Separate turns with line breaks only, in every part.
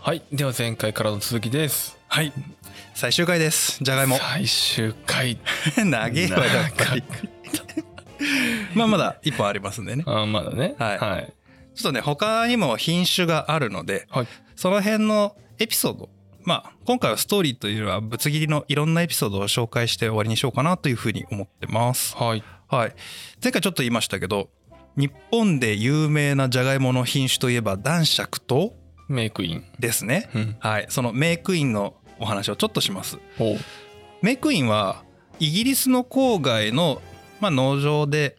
はいでは前回からの続きです
はい最終回ですじゃがいも
最終回
長えわやっぱり
長かっ
まあまだ一本ありますんでね
たあまだね
はい
はい
ちょっとね他にも品種があるので
はい
その辺のエピソードまあ今回はストーリーというよりはぶつ切りのいろんなエピソードを紹介して終わりにしようかなというふうに思ってます
はい
はい前回ちょっと言いましたけど日本で有名なじゃがいもの品種といえば男爵と
メイクイン
ですね
うん
はいそのメイクインのお話をちょっとします
おう
メイクインはイギリスの郊外の、まあ、農場で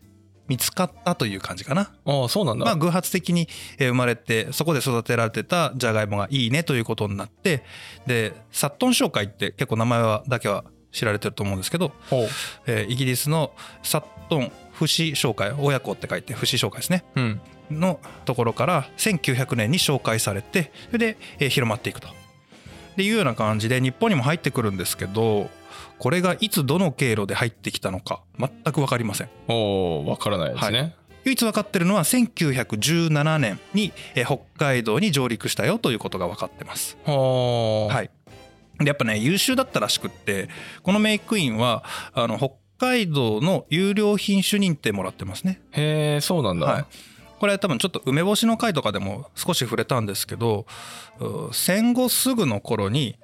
見つかったという感じかな、
ああそうなんだ、
まあ、偶発的にえー生まれてそこで育てられてたジャガイモがいいねということになってでサットン商会って結構名前はだけは知られてると思うんですけど、
おう
えーイギリスのサットン不死商会親子って書いて不死商会ですね
うん
のところから1900年に紹介されてそれでえー広まっていくと。っていうような感じで日本にも入ってくるんですけどこれがいつどの経路で入ってきたのか全く分かりません
おうわからないですね、
唯一分かってるのは1917年にえー北海道に上陸したよということが分かってます
はあ
はいでやっぱね優秀だったらしくってこのメイクインはあの北海道の優良品種認定もらってますね
へえそうなんだ、
はい、これは多分ちょっと梅干しの回とかでも少し触れたんですけどうん戦後すぐの頃に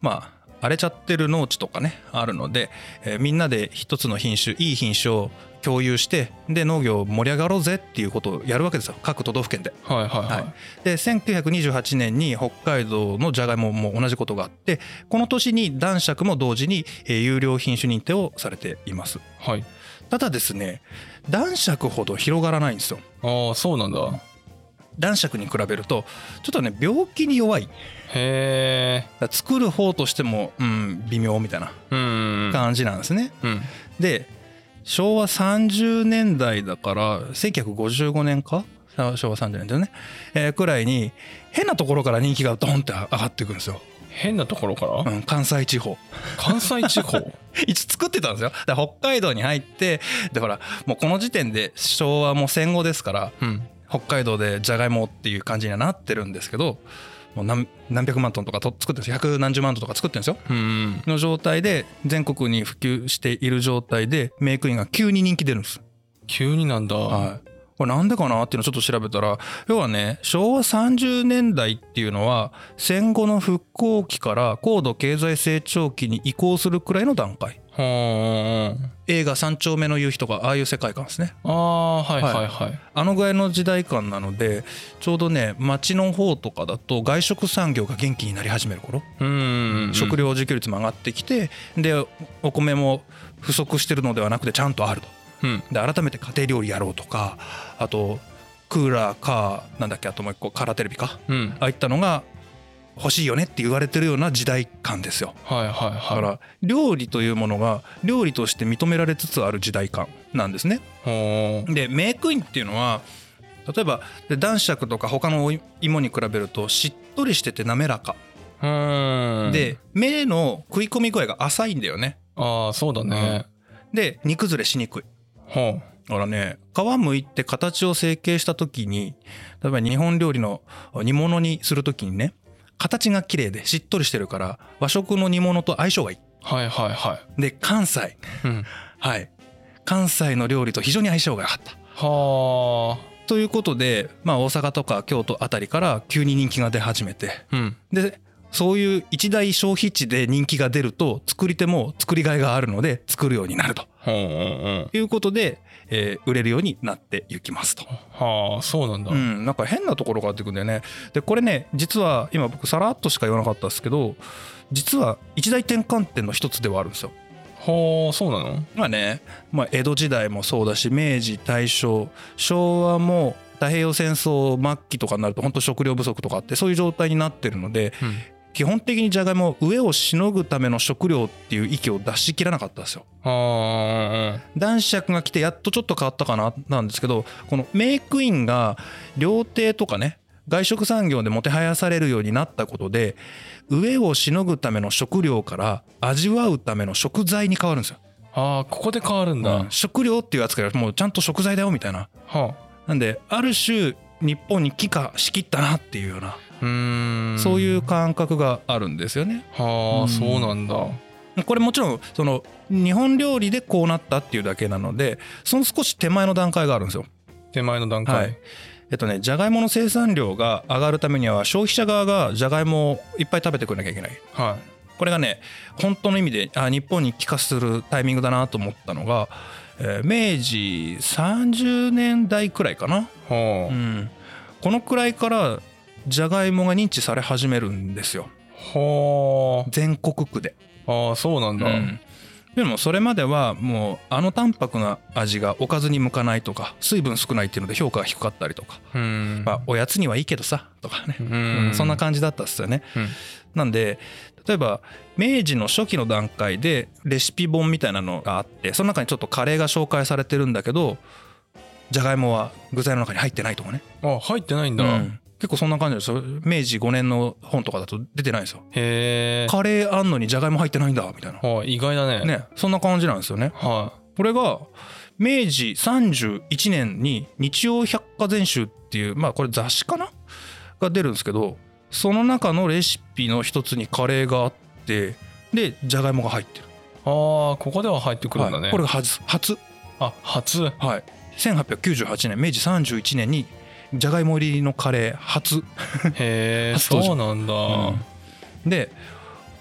まあ荒れちゃってる農地とかねあるので、えーみんなで一つの品種いい品種を共有してで農業盛り上がろうぜっていうことをやるわけですよ各都道府県で。
はい、はいはい
はいで1928年に北海道のジャガイモも同じことがあってこの年に男爵も同時に、えー有料品種認定をされています。
はい
ただですね男爵ほど広がらないんですよ。
ああそうなんだ
男爵に比べるとちょっとね病気に弱いだか
へえ
ら作る方としても、うん、微妙みたいな
うんうん
感じなんですね、
うん
で昭和30年代だから1955年かあ昭和30年だよね、えーくらいに変なところから人気がドンって上がっていくんですよ、
変なところから、
うん、関西地方
関西地 方
一応作ってたんですよだから北海道に入ってでほらもうこの時点で昭和も戦後ですから
うん
北海道でじゃがいもっていう感じにはなってるんですけどもう何何百万トンとかと作ってるんですよ百何十万トンとか作ってるんですよ
うん
の状態で全国に普及している状態でメイクインが急に人気出るんです、
急になんだ、
はい、これなんでかなっていうのをちょっと調べたら要はね昭和30年代っていうのは戦後の復興期から高度経済成長期に移行するくらいの段階
はあ
映画「三丁目の夕日」とかああいう世界観ですね
あーはいはいはい、
あのぐらいの時代感なのでちょうどね町の方とかだと外食産業が元気になり始める頃、
うんうんうん
食料自給率も上がってきてでお米も不足してるのではなくてちゃんとあると
うん
で改めて家庭料理やろうとかあとクーラーかなんだっけあともう一個カラーテレビか
うん
ああいったのが欲しいよねって言われてるような時代感ですよ
はいはいはい
だから料理というものが料理として認められつつある時代感なんですね
ほう
でメイクインっていうのは例えばで男爵とか他のお芋に比べるとしっとりしてて滑らか、
うん
で目の食い込み具合が浅いんだよね
ああそうだね、
で煮崩れしにくい
ほ
だからね皮むいて形を成形した時に例えば日本料理の煮物にする時にね形が綺麗でしっとりしてるから和食の煮物と相性がいいう
はいはいは
で関西
いうん
はい関西の料理と非常に相性が良かった
は
ということで、まあ、大阪とか京都あたりから急に人気が出始めて
あうん
でそういう一大消費地で人気が出ると作り手も作りがいがあるので作るようになると
ほううん
いうことで、えー売れるようになっていきますと。
うんはあそうなんだ、
うん、なんか変なところが出てくるんだよね。でこれね実は今僕さらっとしか言わなかったですけど実は一大転換点の一つではあるんですよ。
ほうそうなの
まあね、まあ、江戸時代もそうだし明治大正昭和も太平洋戦争末期とかになると本当食料不足とかあってそういう状態になってるので
うん
基本的にじゃがいも上をしのぐための食料っていう域を出し切らなかったんですよ。
はあ
男爵が来てやっとちょっと変わったかななんですけどこのメイクインが料亭とかね外食産業でもてはやされるようになったことで飢えをしのぐための食料から味わうための食材に変わるんですよ。
ああここで変わるんだ、は
食料っていう扱いはもうちゃんと食材だよみたいな。
あ
なんである種日本に帰化しきったなっていうような。
うーん
そういう感覚があるんですよね。
はあそうなんだ
これもちろんその日本料理でこうなったっていうだけなのでその少し手前の段階があるんですよ。
手前の段階、
はいえっとね、じゃがいもの生産量が上がるためには消費者側がじゃがいもをいっぱい食べてくれなきゃいけない
は
これがね本当の意味であ日本に帰化するタイミングだなと思ったのが、えー明治30年代くらいかな、
い、はあ
うん、このくらいからじゃがいもが認知され始めるんですよ
は
全国区で。
あああそうなんだ、
うんでもそれまではもうあの淡白な味がおかずに向かないとか水分少ないっていうので評価が低かったりとか、
うん
まあ、おやつにはいいけどさとかね、
うん
そんな感じだったっすよね。
うん
なんで例えば明治の初期の段階でレシピ本みたいなのがあってその中にちょっとカレーが紹介されてるんだけどじゃがいもは具材の中に入ってないとかね、
あ入ってないんだ、
うん結構そんな感じですよ明治5年の本とかだと出てないんですよ
へえ、
カレーあんのにじゃがいも入ってないんだみたいな
はあ、意外だね
ねそんな感じなんですよね
は
これが明治31年に「日曜百科全集」っていうまあこれ雑誌かなが出るんですけどその中のレシピの一つにカレーがあってでじゃがいもが入って
い、
る
ああここでは入ってくるんだね、
はいこれが初初
あ 初
はい1898年明治31年にじゃがいも入りのカレー初
へえ
初登場
そうなんだ、
で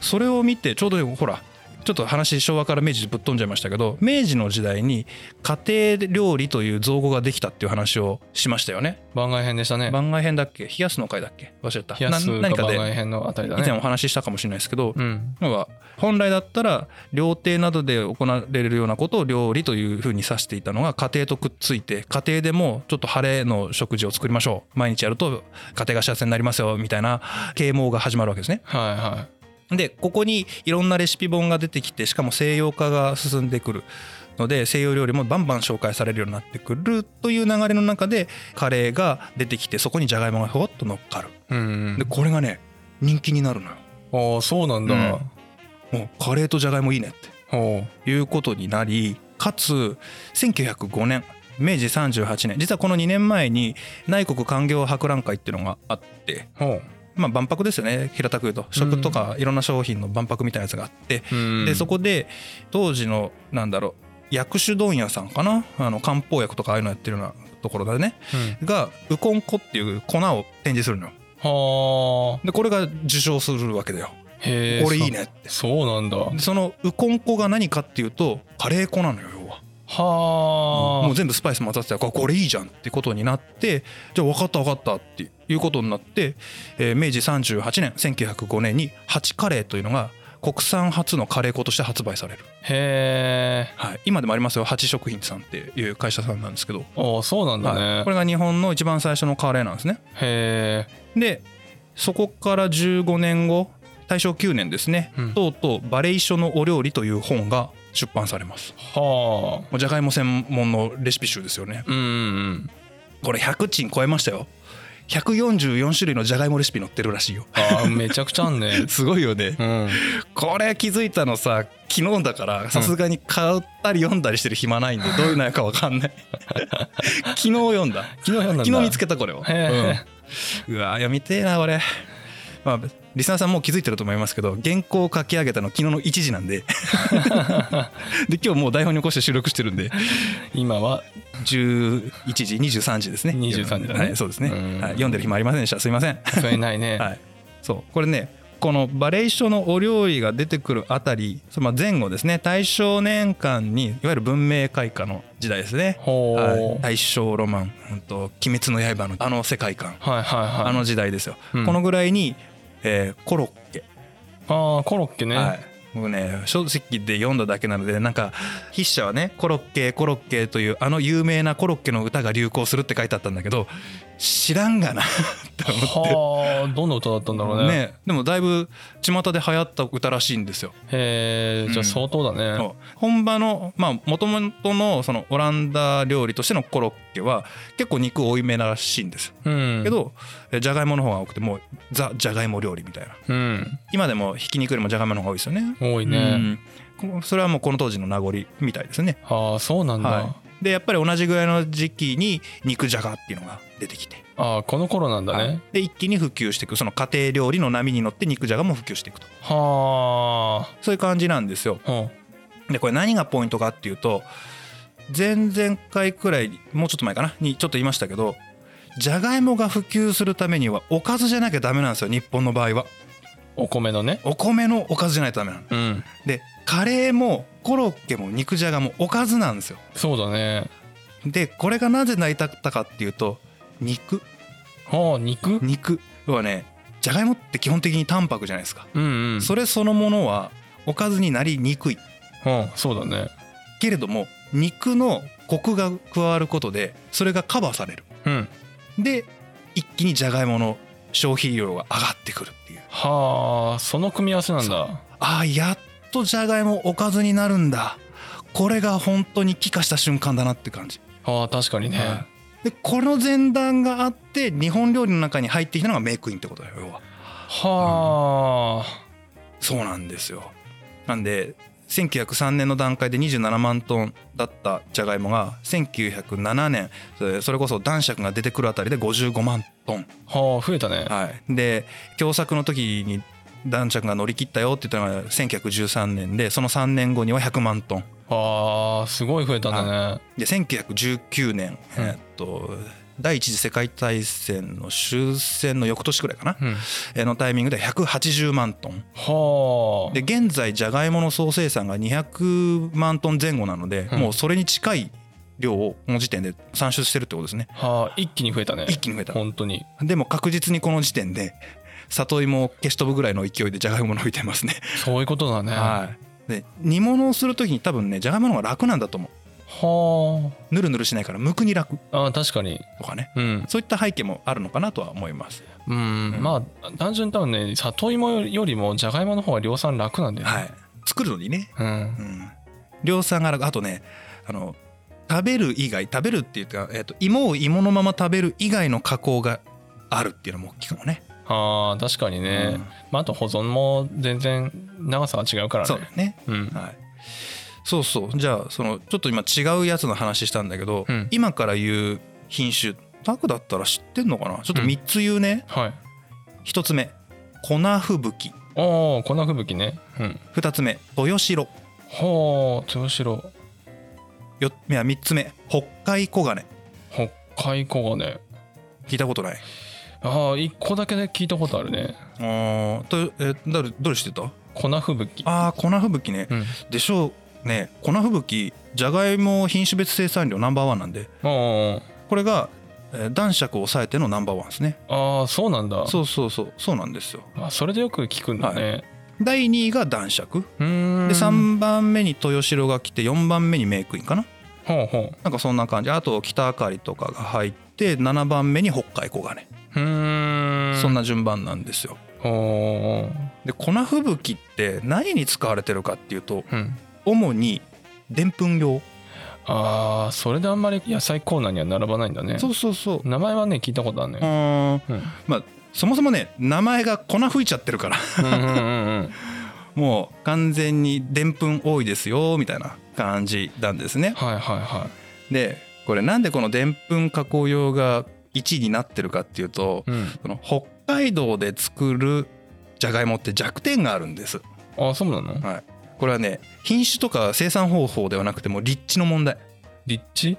それを見てちょうどほらちょっと話昭和から明治ぶっ飛んじゃいましたけど明治の時代に家庭料理という造語ができたっていう話をしましたよね
番外編でしたね
番外編だっけ冷やすの回だっけ忘れた
冷やす
な
か
何か
番
で
外編のあたりだ
以前
ね
お話ししたかもしれないですけど、
うん
要は本来だったら料亭などで行われるようなことを料理というふうに指していたのが家庭とくっついて家庭でもちょっと晴れの食事を作りましょう毎日やると家庭が幸せになりますよみたいな啓蒙が始まるわけですね。
はいは
でここにいろんなレシピ本が出てきてしかも西洋化が進んでくるので西洋料理もバンバン紹介されるようになってくるという流れの中でカレーが出てきてそこにじゃがいもがほっと乗っかる
いうん
でこれがね人気になるのよ
ああそうなんだ、
うんもうカレーとじゃがいもいいねっ
ほう
ていうことになりかつ1905年明治38年実はこの2年前に内国官業博覧会っていうのがあって
ほ
まあ万博ですよね平たく言うと食とかいろんな商品の万博みたいなやつがあって
ううん
でそこで当時のなんだろう薬種問屋さんかなあの漢方薬とかああいうのやってるようなところだね
うん
がウコン粉っていう粉を展示するのよ
は
でこれが受賞するわけだよ
あへえ
これいいねって
そそうなんだ
でそのウコン粉が何かっていうとカレー粉なのよ要は
はあ
もう全部スパイス混ざってたからこれいいじゃんってことになってじゃあ分かった分かったっていうことになって、えー明治38年1905年にハチカレーというのが国産初のカレー粉として発売される
へえ
はい、今でもありますよ八食品さんっていう会社さんなんですけど、
ああそうなんだね、
はい、これが日本の一番最初のカレーなんですね
へ
でそこから15年後大正9年ですね、
うん
とうとう「バレ一緒のお料理」という本が出版されます
えはあ
もうじゃがいも専門のレシピ集ですよね
うんうん
これ100陳超えましたよ144種類のじゃがいもレシピ載ってるらしいよ
ああめちゃくちゃあん ね
すごいよね
うん
これ気づいたのさ昨日だからさすがに買ったり読んだりしてる暇ないんでどういうのやか分か んない昨日読んだ
昨日読んだんだ
昨日見つけたこれを、
へ
うんうわ読みてえなこれまあリスナーさんもう気づいてると思いますけど原稿を書き上げたの昨日の1時なん でで今日もう台本に起こして収録してるんで
今は
11時23時ですね
23時だね
はい、そうですね、
うん
はい、読んでる暇ありませんでしたすいません
増えないね、
はい、そうこれねこのバレエ書のお料理が出てくるあたりそのまあ前後ですね大正年間にいわゆる文明開化の時代ですね、
ほう、
はい、大正ロマン「ほんと鬼滅の刃」のあの世界観
はいはいはい
あの時代ですよ、
うん
このぐらいに、えーコロッケ、
ああコロッケね、
はい、僕ね書籍で読んだだけなのでなんか筆者はね「コロッケコロッケ」というあの有名なコロッケの歌が流行するって書いてあったんだけど知らんがな って思って
はあどんな歌だったんだろうね
でもだいぶ巷で流行った歌らしいんですよ、
へえじゃあ相当だね、
本場のまあもともとのそのオランダ料理としてのコロッケは結構肉多いめらしいんです
うん、
けどえじゃがいもの方が多くてもうザじゃがいも料理みたいな
うん
今でもひき肉よりもじゃがいもの方が多いですよね
多いね、
うんこそれはもうこの当時の名残みたいですね
ああそうなんだ、
はでやっぱり同じぐらいの時期に肉じゃがっていうのが出てきて、
ああこの頃なんだね。
で一気に普及していくその家庭料理の波に乗って肉じゃがも普及していくと
は
そういう感じなんですよ。
あ。うん
でこれ何がポイントかっていうと前々回くらいもうちょっと前かなにちょっと言いましたけどじゃがいもが普及するためにはおかずじゃなきゃダメなんですよ日本の場合は
お米のね。
お米のおかずじゃないとダメなの
うん。
でカレーもコロッケも肉じゃがもおかずなんですよ
そうだね。
でこれがなぜ成り立ったかっていうと肉
はあ肉。
肉要はねじゃがいもって基本的にタンパクじゃないですか、
うんうん。
それそのものはおかずになりにくい
うんそうだね。
けれども肉のコクが加わることでそれがカバーされる
うん。
で一気にじゃがいもの消費量が上がってくるっていう
はあその組み合わせなんだ。
ああやっとじゃがいもおかずになるんだこれが本当に帰化した瞬間だなって感じ、
はあ確かにね。
でこの前段があって日本料理の中に入ってきたのがメイクインってことだよ要は
はあ。
そうなんですよなんで1903年の段階で27万トンだったじゃがいもが1907年えーそれこそ男爵が出てくるあたりで55万トン
はあ増えたね。
はい、で共作の時に男爵が乗り切ったよって言ったのが1913年でその3年後には100万トン
ああすごい増えたんだね。
で1919年、えっと第一次世界大戦の終戦の翌年くらいかな、
うん。
えーのタイミングで180万トン
はあ。
で現在じゃがいもの総生産が200万トン前後なので、
うん
もうそれに近い量をこの時点で産出してるってことですね
はあ一気に増えたね。
一気に増えた
本当に。
でも確実にこの時点で里芋を消し飛ぶぐらいの勢いでじゃがいも伸びてますね
そういうことだね。は
はい、で煮物をする時に多分ねじゃがいもの方が楽なんだと思う
あ。
ぬるぬるしないからむくに楽
あー確かに。
とかね
うん。
そういった背景もあるのかなとは思います、
うん
うん
まあ単純に多分ね里芋よりもじゃがいもの方が量産楽なんだよね。
はい、作るのにね、
うん
う。ん、量産が楽あとねあの食べる以外食べるっていうか、えっと芋を芋のまま食べる以外の加工があるっていうのも大きいかもね
あー確かにね、
うん
まあ、あと保存も全然長さが違うからね
そうだね、
うん、
はい、そうそうじゃあそのちょっと今違うやつの話したんだけど、
うん
今から言う品種タクだったら知ってんのかなちょっと3つ言うね、
はい
1つ目粉吹雪
おお粉吹雪ねうん
2つ目豊城
ほう豊城
よいや3つ目北海黄金
北海黄金
聞いたことない
ああ一個だけね聞いたことあるね
あーとえどれどれしてた
粉吹雪
あー粉吹雪ね
うん
でしょうね粉吹雪じゃがいも品種別生産量ナンバーワンなんで
あ
これがえー男爵を抑えてのナンバーワンですね
あああそうなんだ
そうそうそうそうなんですよ
あそれでよく聞くんだね、
第2位が男爵
うーん
で3番目に豊城が来て4番目にメイクインかな
ほうほ
なんかそんな感じあと北あかりとかが入って7番目に北海黄金
ううーん
そん
な
な順番なんですよ。
おお
で粉吹雪って何に使われてるかっていうと
うん
主にでんぷん用
ああそれであんまり野菜コーナーには並ばないんだね
そうそうそう
名前はね聞いたことあるね、
うーん
うん
まあそもそもね名前が粉吹いちゃってるから
うんうんうんうん
もう完全にでんぷん多いですよみたいな感じなんですね
はいはいは
でこれなんでこのでんぷん加工用が1位になってるかっていうと
い。うん。
その北海道で作るじゃがいもって弱点があるんです
あ、そうなの
これはね品種とか生産方法ではなくてもう立地の問題
立地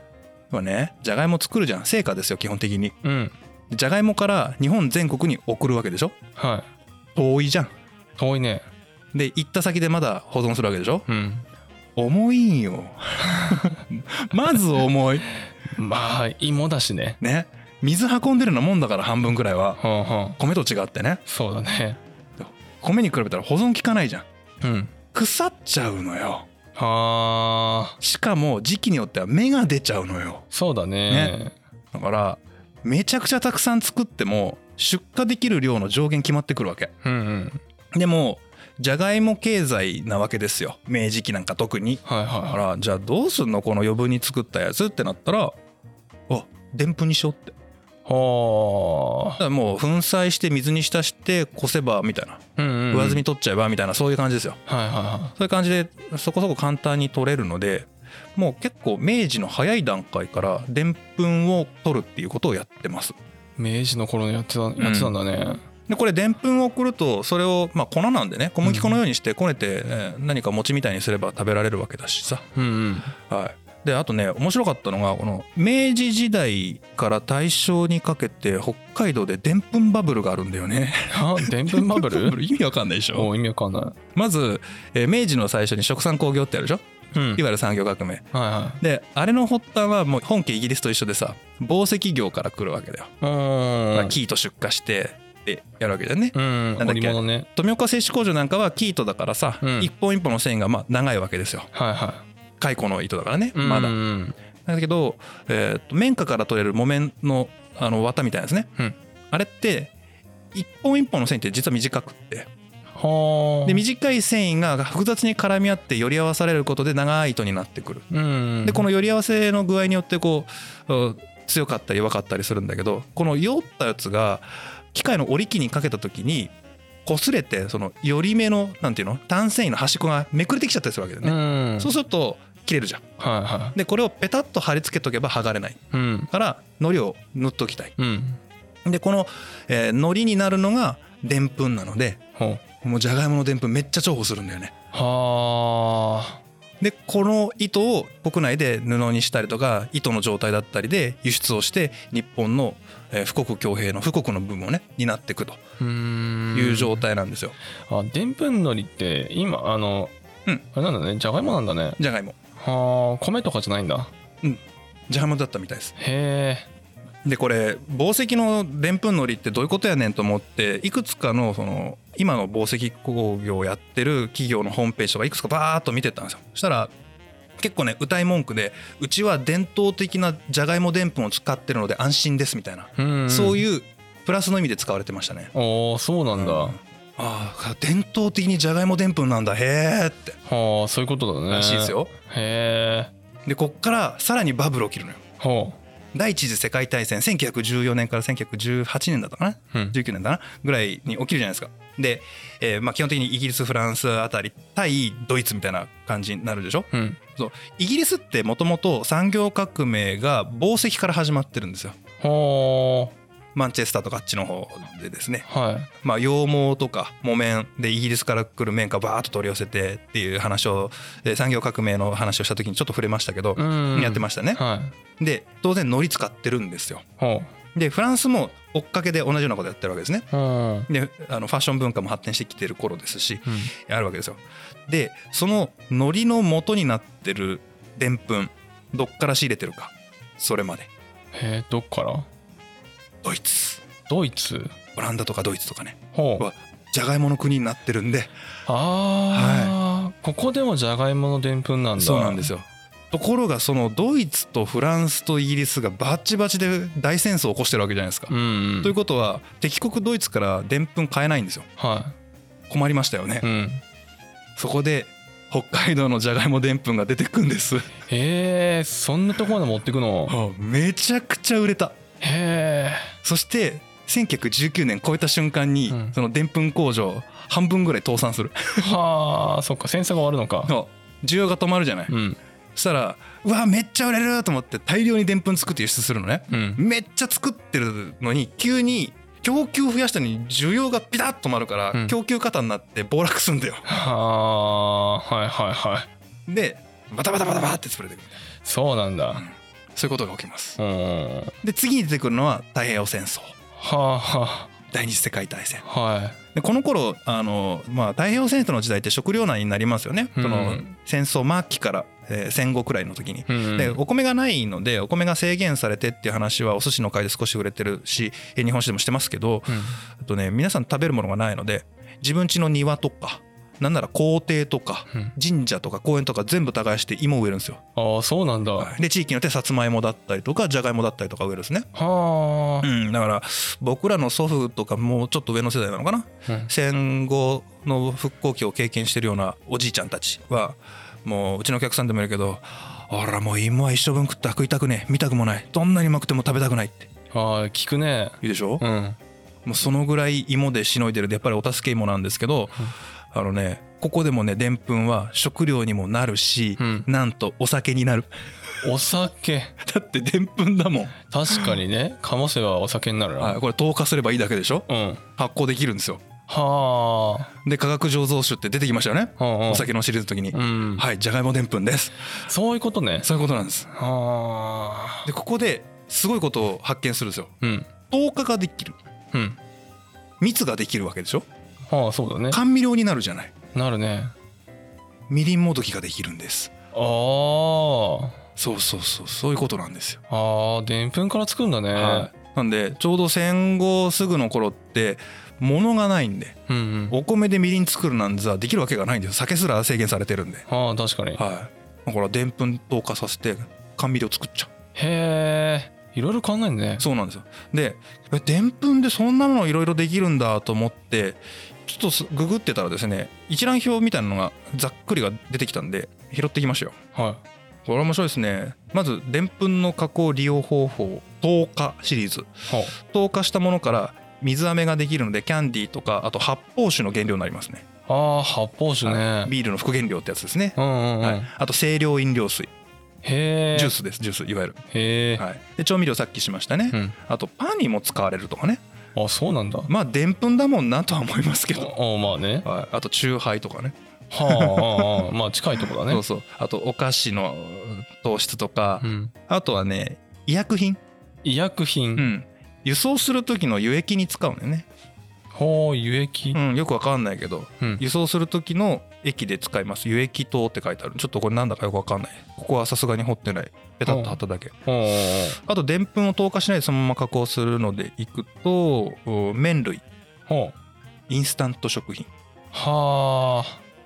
まあねじゃがいも作るじゃん成果ですよ基本的に
うん。
じゃがいもから日本全国に送るわけでしょ
は
遠いじゃん
い。遠いね。
で行った先でまだ保存するわけでしょ
うん。
重いんよ まず重い
まあ、芋だしね。
ね水運んでるのもんだから半分くらいは
はんはん。
米と違ってね
そうだね。
米に比べたら保存効かないじゃ
う
ん
ん。
腐っちゃうのよ
はあ。
しかも時期によっては芽が出ちゃうのよ
そうだね。
だからめちゃくちゃたくさん作っても出荷できる量の上限決まってくるわけ
うんうん。
でもじゃがいも経済なわけですよ明治期なんか特に
はい
だか
は
らじゃあどうすんのこの余分に作ったやつってなったらあでんぷんにしようって
い。
だ
は
か
あ。
らもう粉砕して水に浸してこせばみたいな
うんうん。
上積み取っちゃえばみたいなそういう感じですよ
はいは
そういう感じでそこそこ簡単に取れるのでもう結構明治の早い段階からでんぷんを取るっていうことをやってます。
明治の頃にやってたやってたんだね、
でこれでんぷんを送るとそれをまあ粉なんでね小麦粉のようにしてこねてえー何か餅みたいにすれば食べられるわけだしさ。
うん、うん
はい、であとね面白かったのがこの明治時代から大正にかけて北海道ででんぷんバブルがあるんだよね。
あでんぷんバブ ル
意味わかんないでし
お
ょ
う意味わかんな
まず、えー明治の最初に食産工業ってあるでしょ
い、うん
いわゆる産業革命。
は
であれの発端はもう本家イギリスと一緒でさ紡績業から来るわけだよ。
いはい
ま
う
あ、
ん
生糸出荷してでやるわけだよね。
うん
なんだっけ
織物ね
富岡製糸工場なんかは生糸だからさ、
うん
一本一本の繊維がまあ長いわけですよ
はいは
蚕の糸だからね
いうん
まだ、
うん
だけど、えーと綿花から取れる木綿のあの綿みたいなですね、
うん
あれって一本一本の繊維って実は短くって
はあ
で短い繊維が複雑に絡み合ってより合わされることで長い糸になってくる
うん
でこのより合わせの具合によってこううん強かったり弱かったりするんだけどこの酔ったやつが機械の織り機にかけた時に擦れてそのより目のなんていうの単繊維の端っこがめくれてきちゃったりするわけだよね、
うん
そうすると切れるじゃん
はいは
でこれをペタッと貼り付けとけば剥がれない
いうん
から糊を塗っときたい
うん
でこの、えー、糊になるのがでんぷんなので
ほう
もうじゃがいものでんぷんめっちゃ重宝するんだよね
はあ
でこの糸を国内で布にしたりとか糸の状態だったりで輸出をして日本のえー富国強兵の富国の部分をね担っていくと
うーん
いう状態なんですよ
あでんぷんのりって今あの、
うん
あれなんだねじゃがいもなんだね
じゃがいも
はあ米とかじゃないんだ
じゃがいもだったみたいです
へえ
でこれ紡績のでんぷんのりってどういうことやねんと思っていくつかのその今の紡績工業をやってる企業のホームページとかいくつかバーッと見てったんですよそしたら結構ね歌い文句でうちは伝統的なじゃがいもでんぷんを使ってるので安心ですみたいな、
うん
そう
う
いうプラスの意味で使われてましたね
ああそうなんだ、
うんああ伝統的にじゃがいもでんぷんなんだへえって
はあそういうことだね
らしいですよ、
へえ
でこっからさらにバブル起きるのよ
ほ
第一次世界大戦1914年から1918年だったかな
ううん
19年だなぐらいに起きるじゃないですかで、えーまあ、基本的にイギリスフランスあたり対ドイツみたいな感じになるでしょ
うん
そうイギリスってもともと産業革命が紡績から始まってるんですよ
は
マンチェスターとかあっちの方でですね
あはい
まあ、羊毛とか木綿でイギリスから来る綿花バーッと取り寄せてっていう話をえー産業革命の話をした時にちょっと触れましたけど、
うん
やってましたね。
はい
で当然糊使ってるんですよ。
ほ
でフランスも追っかけで同じようなことやってるわけですね。
ううん
であのファッション文化も発展してきてる頃ですし
うん
あるわけですよ。でその糊の元になってるでんぷんどっから仕入れてるかそれまで
へえどっから
ドイツ
ドイツ
オランダとかドイツとかね
ほう
わじゃがいもの国になってるんで
ああ、ここでもじゃがいものでんぷんなんだ
そうなんです
よ
よところがそのドイツとフランスとイギリスがバチバチで大戦争を起こしてるわけじゃないですか、
うん
ということは敵国ドイツからでんぷん買えないんですよ
は
困りましたよね、
いうん
そこで北海道のじゃがいもでんぷんが出てくんです、
へえそんなところまで持ってくの
めちゃくちゃ売れた
へ
そして1919年超えた瞬間に
うん
そのでんぷん工場半分ぐらい倒産する、
えはあそっか戦争が終わるのか
そう需要が止まるじゃない、
うん
そしたらうわめっちゃ売れると思って大量にでんぷん作って輸出するのね、
うん
めっちゃ作ってるのに急に供給増やしたのに需要がピタッと止まるから、
うん
供給過多になって暴落すんだよ
はあはいはいはい
でバタバタバタバタって潰れてくる
そうなんだ
そういうことが起きます
うんは
で次に出てくるのは太平洋戦争
あは
第二次世界大戦
あはい
でこの頃あの、まあ、太平洋戦争の時代って食糧難になりますよね、
うん
その戦争末期から、えー戦後くらいの時に、
うん
でお米がないのでお米が制限されてっていう話はお寿司の会で少し触れてるしえ日本酒でもしてますけど
うん
あとね皆さん食べるものがないので自分家の庭とかなんなら校庭とか
うん
神社とか公園とか全部耕して芋を植えるんですよ
ああそうなんだは
で地域によってさつまいもだったりとかじゃがいもだったりとか植えるんですね
あ
うんだから僕らの祖父とかもうちょっと上の世代なのかな
うん
戦後の復興期を経験してるようなおじいちゃんたちはもううちのお客さんでもいるけど「あらもう芋は一生分食った食いたくねえ見たくもないどんなにうまくても食べたくない」って
ああ聞くね
言うでしょ、
うん
もうそのぐらい芋でしのいでるでやっぱりお助け芋なんですけど、あのねここでもねでんぷんは食料にもなるし、
うん
なんとお酒になる
お酒
だってでんぷんだもん、
確かにねかもせばお酒になるな、
はい、これ糖化すればいいだけでしょ
うん
発酵できるんですよ
はあ
で化学醸造酒って出てきましたよね、
うんうん
お酒のシリーズの時に、
うん
はいじゃがいもでんぷんです
そういうことね
そういうことなんです
はあ
でここですごいことを発見するんですよ
うん
糖化ができる
うん
蜜ができるわけでしょ
はあそうだね
甘味料になるじゃない
なるね
みりんもどきができるんです
あー
そうそうそうそういうことなんですよ、
あーでんぷんから作るんだね、
はい、なんでちょうど戦後すぐの頃って物がないんで
うんうん
お米でみりん作るなんざできるわけがないんですよ酒すら制限されてるんで
はあ確かに
はいだからでんぷん糖化させて甘味料作っちゃ
へえいろいろ考えんね
うそうなんですよでえでんぷんでそんなものいろいろできるんだと思ってちょっとすググってたらですね一覧表みたいなのがざっくりが出てきたんで拾ってきましたよ
は
これ面白いですねまずでんぷんの加工利用方法糖化シリーズ
いは
糖化したものから水飴ができるのでキャンディーとかあと発泡酒の原料になりますね
ああー発泡酒ね、
ビールの副原料ってやつですね、
うんうんうん、
はい、あと清涼飲料水
へえ
ジュースですジュースいわゆる、
へえ、
はい、で調味料さっきしましたね、
うん
あとパンにも使われるとかね
あそうなんだ
まあでんぷんだもんなとは思いますけど、
ああまあね
はい、あとチューハイとかね
はああああまあ近いとこだ
そう
ね
そうあとお菓子のうん糖質とか、
うん
あとはね医薬品
医薬
う
品
ん、輸送する時の輸液に使うんだよね、
ほう輸液
うん、よくわかんないけど
うん
輸送する時の駅で使います輸液糖って書いてあるちょっとこれなんだかよくわかんないここはさすがに掘ってないペタッと貼っただけ
ほう
あとでんぷんを糖化しないでそのまま加工するのでいくとうん麺類
ほう
インスタント食品
は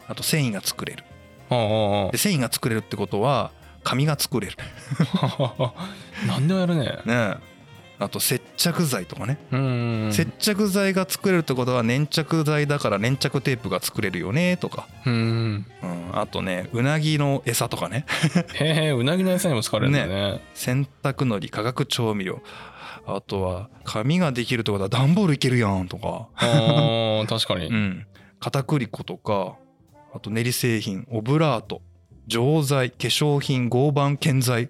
あと繊維が作れる
あうんうんうん
で繊維が作れるってことは紙が作れる
何でもやるね
ねえあと接着剤とかね、
うんうんうん
接着剤が作れるってことは粘着剤だから粘着テープが作れるよねとか
うんうん
うん、あとねうなぎの餌とかね
へえうなぎの餌にも使われるんだね
洗濯のり化学調味料あとは紙ができるってことは段ボールいけるやんとか、
ああ確か
う
に
ん、片栗粉とかあと練り製品オブラート錠剤化粧品合板建材、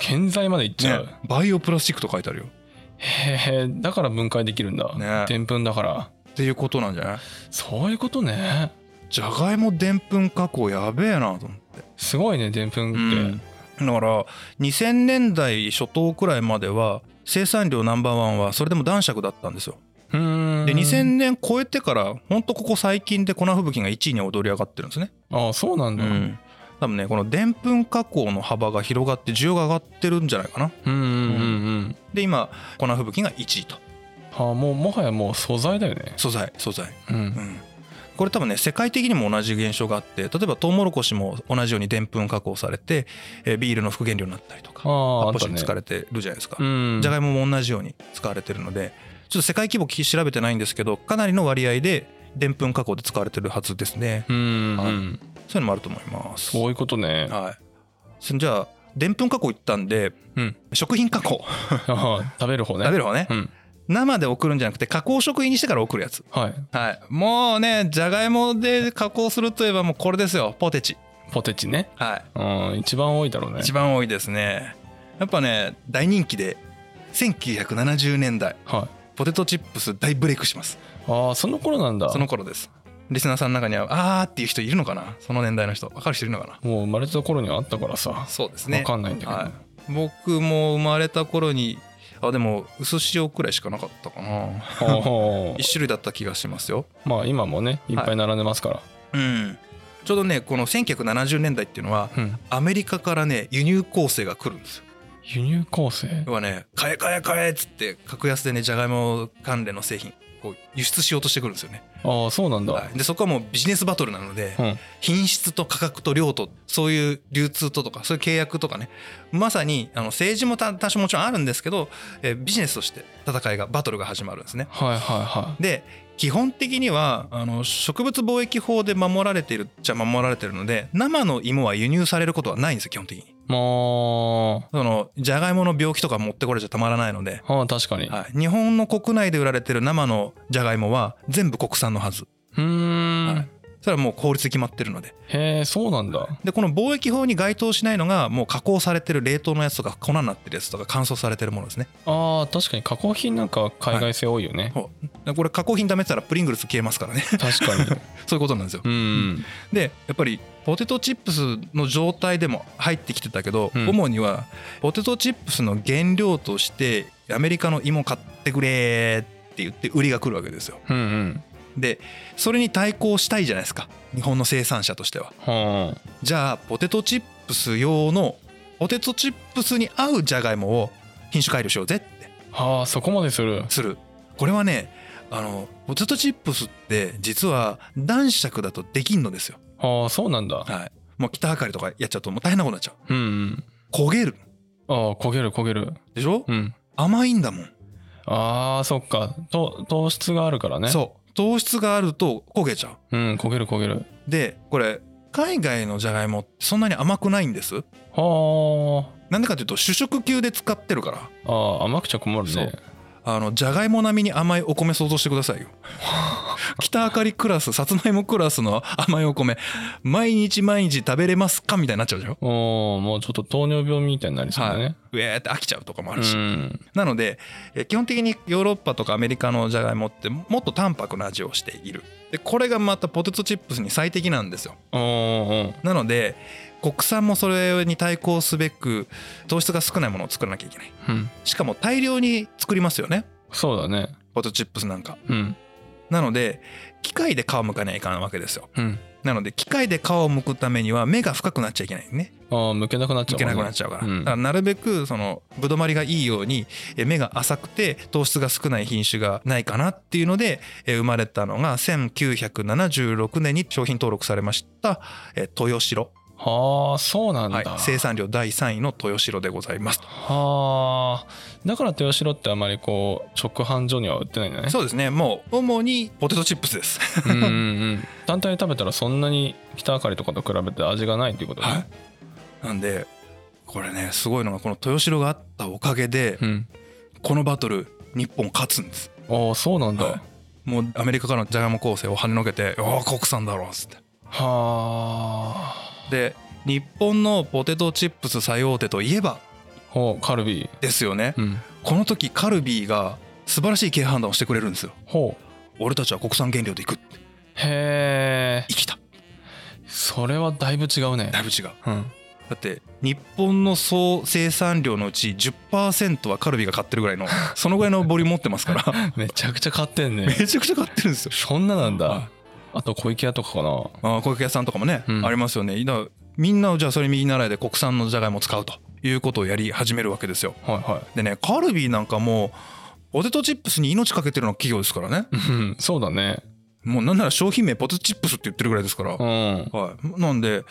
建材までいっちゃ
ね
う、
バイオプラスチックと書いてあるよ
へえだから分解できるん
ね
だでんぷんだから
っていうことなんじゃない
そういうことね
じゃがいもでんぷん加工やべえなと思って、
すごいねでんぷんって
だから2000年代初頭くらいまでは生産量ナンバーワンはそれでも男爵だったんですよ
うん
で2000年超えてからほんとここ最近で粉吹雪が1位に躍り上がってるんですね、
ああそうなんだうん
多分ねこのでんぷん加工の幅が広がって需要が上がってるんじゃないかな
うんうんうん
で今粉吹雪が1位と
はあもうもはやもう素材だよね
素材素材
うん
うんこれ多分ね世界的にも同じ現象があって例えばトウモロコシも同じようにでんぷん加工されてえービールの副原料になったりとか
あああっ
発泡
た
酒に
ね
使われてるじゃないですか
うん
じゃがいもも同じように使われてるのでちょっと世界規模調べてないんですけどかなりの割合ででんぷん加工で使われてるはずですね
うんう
はい
ん
そういうのもあると思います。
そういうことね
はい。そじゃあ、でんぷん加工いったんで、
うん
食品加工、
食べる方ね
食べる方ね、
うん
生で送るんじゃなくて、加工食品にしてから送るやつ。
はい
はい。もうね、じゃがいもで加工するといえばもうこれですよ、ポテチ。
ポテチね
は
うん一番多いだろうね
い。一番多いですね。やっぱね、大人気で、1970年代、
はい
ポテトチップス大ブレイクします。
ああその頃なんだ
その頃です。リスナーさんの中には、あーっていう人いるのかなその年代の人。わかる人いるのかな
もう生まれた頃にはあったからさ
そうですね。
わかんないんだけど
はい僕も生まれた頃にあでも薄塩くらいしかなかったかな
ああ
一種類だった気がしますよ
まあ今もねいっぱい並んでますから、
うんちょうどねこの1970年代っていうのは
うん、
アメリカからね輸入構成が来るんですよ
輸入構成
要はね「買え買え買え」っつって格安でねじゃがいも関連の製品こう輸出しようとしてくるんですよね、
ああそうなんだ、
はいでそこはもうビジネスバトルなので、
うん
品質と価格と量とそういう流通ととかそういう契約とかねまさにあの政治もた多少もちろんあるんですけど、えービジネスとして戦いがバトルが始まるんですね。
はいはいは
で基本的にはあの植物貿易法で守られているっちゃ守られてるので生の芋は輸入されることはないんですよ基本的に。
いも
そのじゃがいもの病気とか持ってこれちゃたまらないので、
うああ確かに、
はい、日本の国内で売られてる生のじゃがいもは全部国産のはず。
うーん、
はいそれはもう法律で決まってるので
へえそうなんだ
でこの貿易法に該当しないのがもう加工されてる冷凍のやつとか粉になってるやつとか乾燥されてるものですね
あー確かに加工品なんか海外製多いよね、
ほうこれ加工品ダメって言ったらプリングルス消えますからね
確かに
そういうことなんですよ
うん
でやっぱりポテトチップスの状態でも入ってきてたけど、
うん
主にはポテトチップスの原料としてアメリカの芋買ってくれって言って売りが来るわけですよ
うんうん
でそれに対抗したいじゃないですか日本の生産者としては
はあ
じゃあポテトチップス用のポテトチップスに合うじゃがいもを品種改良しようぜって
はあそこまでする
するこれはねあのポテトチップスって実は男爵だとできんのですよ
はあそうなんだ
はいもう北あかりとかやっちゃうともう大変なことになっちゃう
うんうん
焦げる
ああ焦げる焦げる
でしょ、
うん
甘いんだもん、
あーそっかと糖質があるからね
そう糖質があると焦げちゃう
ううん焦げる焦げる
でこれ海外のじゃがいもってそんなに甘くないんです
は
なんでかというと主食級で使ってるから
ああー甘くちゃ困るね
あのじゃがいも並みに甘いお米想像してくだ さいよ北あかりクラスさつまいもクラスの甘いお米毎日毎日食べれますかみたいになっちゃうでしょ
おーもうちょっと糖尿病みたいになりそうだね、
うえーって飽きちゃうとかもあ
う
るし、
ん
なのでえー基本的にヨーロッパとかアメリカのじゃがいもってもっと淡白な味をしているでこれがまたポテトチップスに最適なんですよ
おー
なので国産もそれに対抗すべく糖質が少ないものを作らなきゃいけない
うんうん
しかも大量に作りますよね
そうだね
ポテトチップスなんか
うん
なので機械で皮むかにはいかんわけですよ
うん
なので機械で皮を剥くためには目が深くなっちゃいけないね
ああむけなくなっちゃ
いうけ
もん
な
ね
くなっちゃうから,、
うん
だからなるべくそのぶどまりがいいようにえ目が浅くて糖質が少ない品種がないかなっていうのでえ生まれたのが1976年に商品登録されましたえ豊城、
はあそうなんだ、
はい、生産量第3位の豊城でございますと
はあだから豊城ってあまりこう直販所には売ってないんだね
そうですねもう主にポテトチップスです
うんうんうん単体で食べたらそんなに北あかりとかと比べて味がないっていうことね、
はいなんでこれねすごいのがこの豊城があったおかげで
うん
このバトル日本勝つんです
ああそうなんだ、
はいもうアメリカからのジャガイモ構成を跳ねのけて「ああ国産だろ」っつって
はあ
で日本のポテトチップス最大手といえば
ほうカルビー
ですよね、
うん
この時カルビーが素晴らしい経営判断をしてくれるんですよ
ほう
俺たちは国産原料でいくって
へえ
生きた
それはだいぶ違うね
だいぶ違うだ
うん
って日本の総生産量のうち10%はカルビーが買ってる ぐらいのそのぐらいのボリューム持ってますから
めちゃくちゃ買ってんね
めちゃくちゃ買ってるんですよ
そんななん
はい
だあと小池屋とかかな
あー小池屋さんとかもね、
うん
ありますよねだからみんなじゃあそれ右習いで国産のじゃがいもを使うということをやり始めるわけですよ
はいは
でねカルビーなんかもうポテトチップスに命かけてるのは企業ですからね
いうんそうだね
もうなんなら商品名ポテトチップスって言ってるぐらいですか
う
ら、
ん
はい、なんで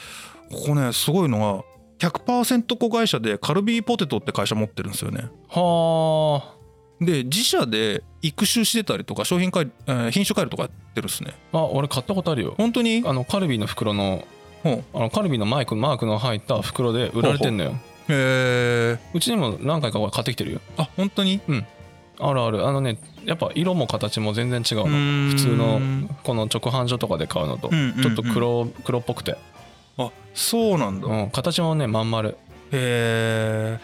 ここねすごいのが100%子会社でカルビーポテトって会社持ってるんですよね
は
で自社で育種してたりとか商品改、えー品種改良とかやってるっすね
ああ俺買ったことあるよ
本当に
あのカルビーの袋の
ほう
あのカルビーのマイクマークの入った袋で売られてんのよ
えー、
うちにも何回かこれ買ってきてるよ
あ本当に
あるあるあのねやっぱ色も形も全然違うの
普
普通のこの直販所とかで買うのと
うんうんうん
ちょっと黒黒っぽくて、
あそうなんだ、へ
うん、形もねまん丸
え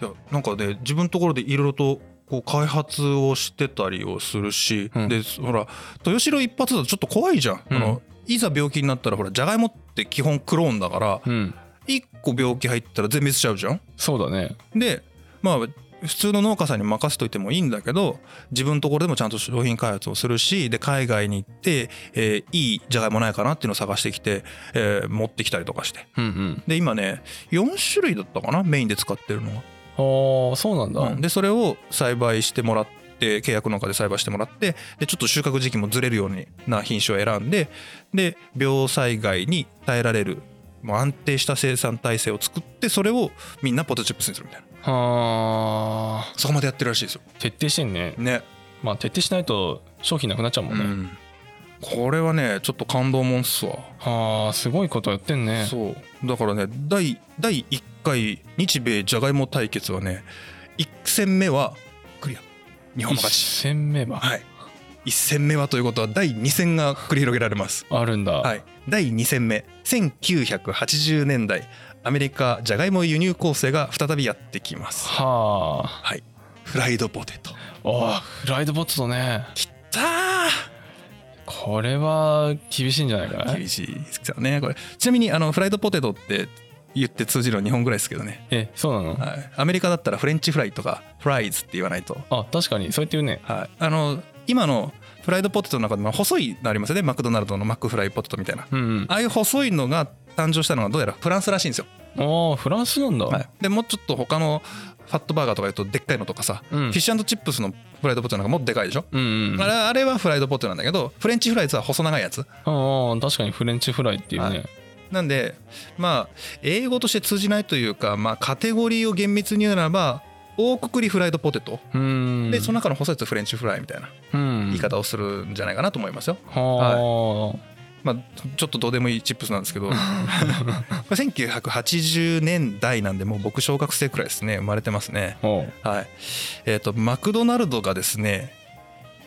いやなんかね自分のところでいろいろとこう開発をしてたりをするし、
うん
でほら豊城一発だとちょっと怖いじゃん、
うん
あのいざ病気になったらほらじゃがいもって基本クローンだから
うん
1個病気入ったら全滅しちゃうじゃん
そうだね
でまあ普通の農家さんに任せといてもいいんだけど自分のところでもちゃんと商品開発をするしで海外に行って、えーいいじゃがいもないかなっていうのを探してきて、えー持ってきたりとかして
うんうん
で今ね4種類だったかなメインで使ってるのは、
ああそうなんだ、
うんでそれを栽培してもらって契約農家で栽培してもらってでちょっと収穫時期もずれるような品種を選んでで病災害に耐えられるもう安定した生産体制を作ってそれをみんなポテトチップスにするみたいな
はあ
そこまでやってるらしいですよ
徹底してんね
ね、
まあ徹底しないと商品なくなっちゃうもんね、
これはねちょっと感動もんっすわ、
はあすごいことやってんね
そうだからね第第1回日米じゃがいも対決はね1戦目はクリア日本の勝ち
1戦目は
はい。 1戦目はということは第2戦が繰り広げられます。
あるんだ、
はい、第2戦目1980年代アメリカジャガイモ輸入構成が再びやってきます。
はあ
はい、フライドポテト
あフライドポテトね
きた
これは厳しいんじゃないか
ー
な
厳しいですよねこれちなみにあのフライドポテトって言って通じるの日本ぐらいですけどね、
えそうなの
はい、アメリカだったらフレンチフライとかフライズって言わないと、
あ確かにそうやって言うね
はい、あの今のフライドポテトの中でも細いのありますよねマクドナルドのマックフライポテトみたいな
うん、うん
ああいう細いのが誕生したのがどうやらフランスらしいんですよ、
ああフランスなんだ、
はい、でもうちょっと他のファットバーガーとか言うとでっかいのとかさ、
うん
フィッシュチップスのフライドポテトなんかもっとでかいでしょ、
うんうん
あれあれはフライドポテトなんだけどフレンチフライズは細長いやつ
ああ確かにフレンチフライっていうね、
はいなんでまあ英語として通じないというか、まあ、カテゴリーを厳密に言うならば大くくりフライドポテト、
うん
でその中の細いやつフレンチフライみたいな
うん
言い方をするんじゃないかなと思いますよ、
は
まあ、ちょっとどうでもいいチップスなんですけど これ1980年代なんでもう僕小学生くらいですね生まれてますね
あ、おう
はいえっ、とマクドナルドがですね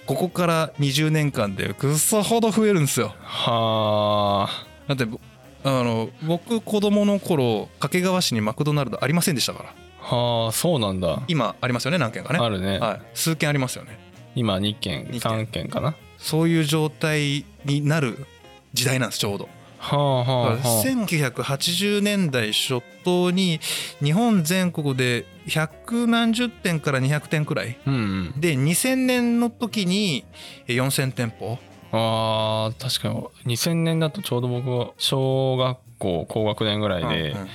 ここから20年間でくっそほど増えるんですよ
はあ
だってぼあの僕子供の頃掛川市にマクドナルドありませんでしたから
はあそうなんだ
今ありますよね何軒かね
あるね、
はい、数軒ありますよね
今2件
二件
3件かな
そういう状態になる時代なんですちょうど
はあはあ、は
1980年代初頭に日本全国で100何十店から200店くらい
あ、うんうん
で2000年の時に4000店舗
あー確かに2000年だとちょうど僕は小学校高学年ぐらいで、
うんうん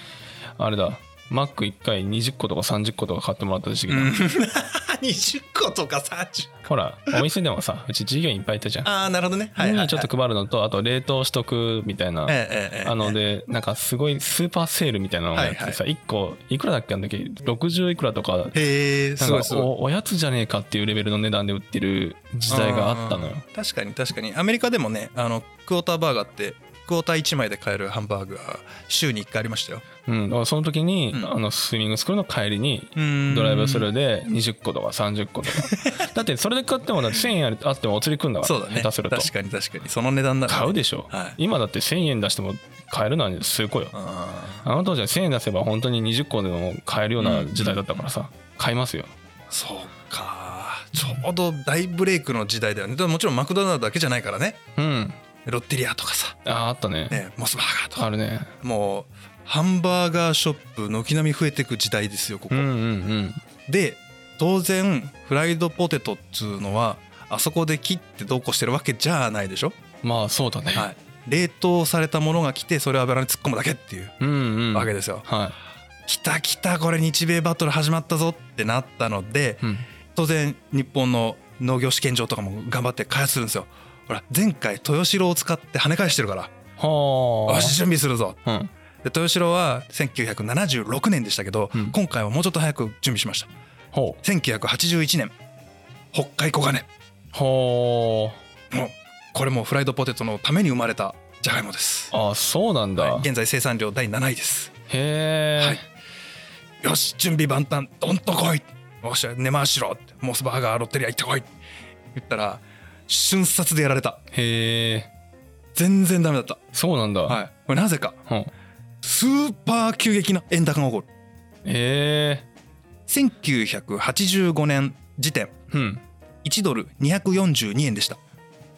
あれだマック1回20個とか30個とか買ってもらった時期だ、
うん 20個とか30
ほらお店でもさ うち従業員いっぱいいたじゃん、
ああなるほどね
みんなにちょっと配るのとあと冷凍しとくみたいな、
ええええええ
あのでなんかすごいスーパーセールみたいなのがやっててさ、1個いくらだっけあの時60いくらとか
へえ
な
す
ん
ご
か
いすごい
おおやつじゃねえかっていうレベルの値段で売ってる時代があったのよ
うん確かに確かにアメリカでもねあのクォーターバーガーってクォーター1枚で買えるハンバーグは週に1回ありましたよ
うん、だからその時に、
うん
あのスイミングスクールの帰りにド
ド
ライブスルーで20個とか30個 とかだってそれで買ってもだって1000円あってもお釣りくんだか
そう
ら
だね
下手す
確
ると
かに確かにその値段ならね
買うでしょ、
はい
今だって1000円出しても買えるのは数個よ
あ
あの当時は1000円出せば本当に20個でも買えるような時代だったからさ買いますよ
ーそうかちょうど大ブレイクの時代だよねでももちろんマクドナルドだけじゃないからね
うん
ロッテリアとかさ、
あああったね
ね、モスバーガーと
あ
か
るね
もうハンバーガーショップ軒並み増えてく時代ですよここ、
うんうん
で当然フライドポテトっつうのはあそこで切ってどうこうしてるわけじゃないでしょ、
うんまあそうだね、
はい、冷凍されたものが来てそれを油に突っ込むだけっていう
うんうん
わけ
は
ですよ、
い
来た来たこれ日米バトル始まったぞってなったので、
うん
当然日本の農業試験場とかも頑張って開発するんですよほら前回豊城を使って跳ね返してるから
は
よし準備するぞ
あうん
で豊城は1976年でしたけど、
うん
今回はもうちょっと早く準備しました
ほう
1981年北海黄金
ほう
もうこれもフライドポテトのために生まれたじゃがいもです
あそうなんだ、
現在生産量第7位です
へえ、
はいよし準備万端どんと来いよっしゃ根回しろってモスバーガーロッテリア行ってこい言ったら瞬殺でやられた
へえ
全然ダメだった
そうなんだ、
はい、これなぜか
うん、
スーパー急激な円高が起こる
え
1985年時点
えうん
1ドル242円でした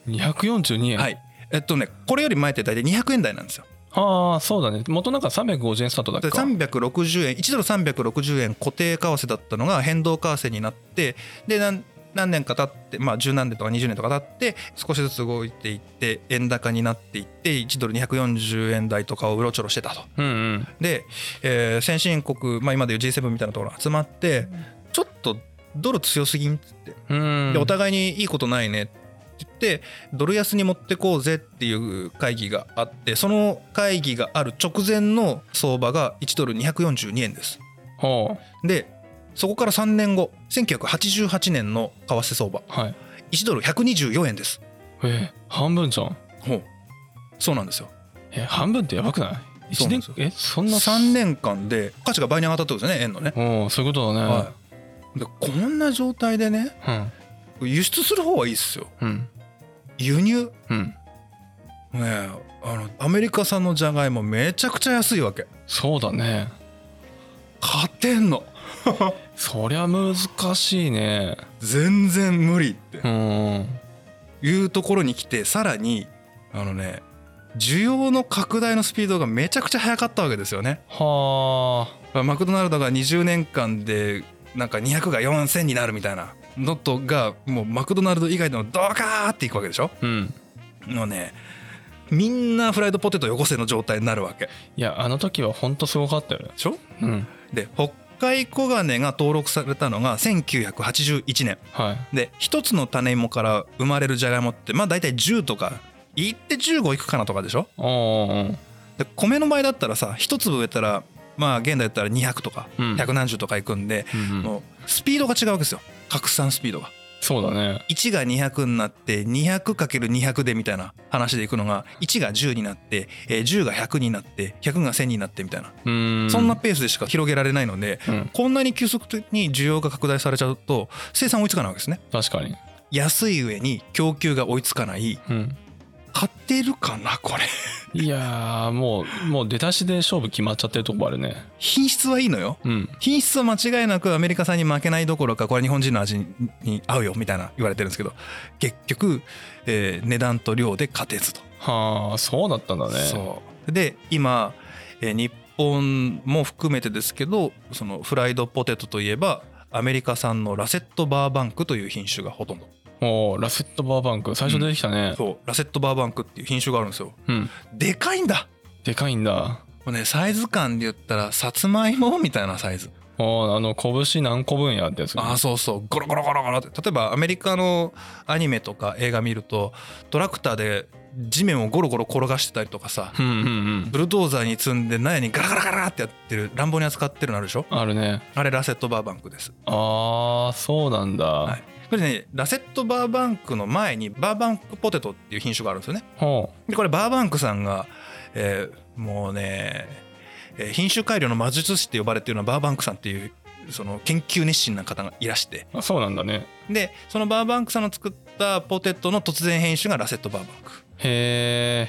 242円
はいえっとねこれより前って大体200円台なんですよ
ああそうだね元なんか350円スタートだっ
で
けか
360円1ドル360円固定為替だったのが変動為替になってで何何年か経ってまあ十何年とか20年とか経って少しずつ動いていって円高になっていって1ドル240円台とかをうろちょろしてたと
うんうん
で、えー先進国、まあ、今でいう G7 みたいなところ集まってちょっとドル強すぎんっつって
うん
でお互いにいいことないねって言ってドル安に持ってこうぜっていう会議があってその会議がある直前の相場が1ドル242円です
ほ
でそこから3年後1988年の為替相場
うはい
1ドル124円です
えー、半分じゃん
ほうそうなんですよ
え半分ってやばくない
そ
一
うなん
年
ですよ
えそんな
3年間で価値が倍に上がったってことですよね円のね、
おそういうことだね、
はい、でこんな状態でね
うん
輸出する方はいいっすよ
うん
輸入
うん
ねえあのアメリカ産のじゃがいもめちゃくちゃ安いわけ
そうだね
勝てんの
そりゃ難しいね
全然無理って
うん
いうところに来てさらにあのね需要の拡大のスピードがめちゃくちゃ早かったわけですよね
は
マクドナルドが20年間でなんか200が4000になるみたいなのとがもうマクドナルド以外でもドカーっていくわけでしょ
あうん
のねみんなフライドポテトよこせの状態になるわけで
いやあの時は本当すごかったよね
しょ
うん
で北海黄金が登録されたのが1981年
はい
で一つの種芋から生まれるじゃがいもってまあ大体10とかいって15いくかなとかでしょ
あ
で米の場合だったらさ一粒植えたらまあ現代だったら200とか
うん
100何十とかいくんで、
あうん
もうスピードが違うわけですよ拡散スピードが
そうだね
1が200になって 200×200 でみたいな話でいくのが1が10になってえー10が100になって100が1000になってみたいな、
うん
そんなペースでしか広げられないので
うん
こんなに急速に需要が拡大されちゃうと生産追いつかないわけですね
確かに
安い上に供給が追いつかない
うん
勝てるかなこれ
いやーもうもう出だしで勝負決まっちゃってるとこもあるね
品質はいいのよ
うん
品質は間違いなくアメリカ産に負けないどころかこれ日本人の味に合うよみたいな言われてるんですけど結局、えー値段と量で勝てずと、
はあそうだったんだね
そうで今、えー日本も含めてですけどそのフライドポテトといえばアメリカ産のラセットバーバンクという品種がほとんど
おーラセットバーバンク最初出てきたね
そうラセットバーバンクっていう品種があるんですよ
うん、
でかいんだ
でかいんだ
もうねサイズ感で言ったらさつまいもみたいなサイズ
おーあの拳何個分やってやつ
あーそうそうゴロゴロゴロゴロって例えばアメリカのアニメとか映画見るとトラクターで地面をゴロゴロ転がしてたりとかさ
うんうんうん
ブルドーザーに積んで苗にガラガラガラってやってる乱暴に扱ってるのあるでしょ
あるね
あれラセットバーバンクです
あーそうなんだ、
はいこれねラセットバーバンクの前にバーバンクポテトっていう品種があるんですよね
ほ
でこれバーバンクさんが、えーもうね、えー品種改良の魔術師って呼ばれてるのはバーバンクさんっていうその研究熱心な方がいらして
うあそうなんだね
でそのバーバンクさんの作ったポテトの突然変種がラセットバーバン
へえ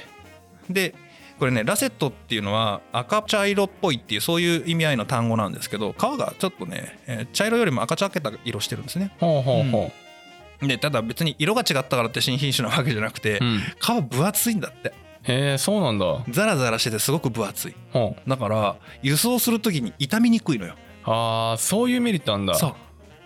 クでこれねラセットっていうのは赤茶色っぽいっていうそういう意味合いの単語なんですけど皮がちょっとね、えー茶色よりも赤茶けた色してるんですね
ほうほうほ
でただ別に色が違ったからって新品種なわけじゃなくて
う、うん
皮分厚いんだって
へえそうなんだ
ザラザラしててすごく分厚い
ほう
だから輸送する時に傷みにくいのよ
あーそういうメリットあんだ
そう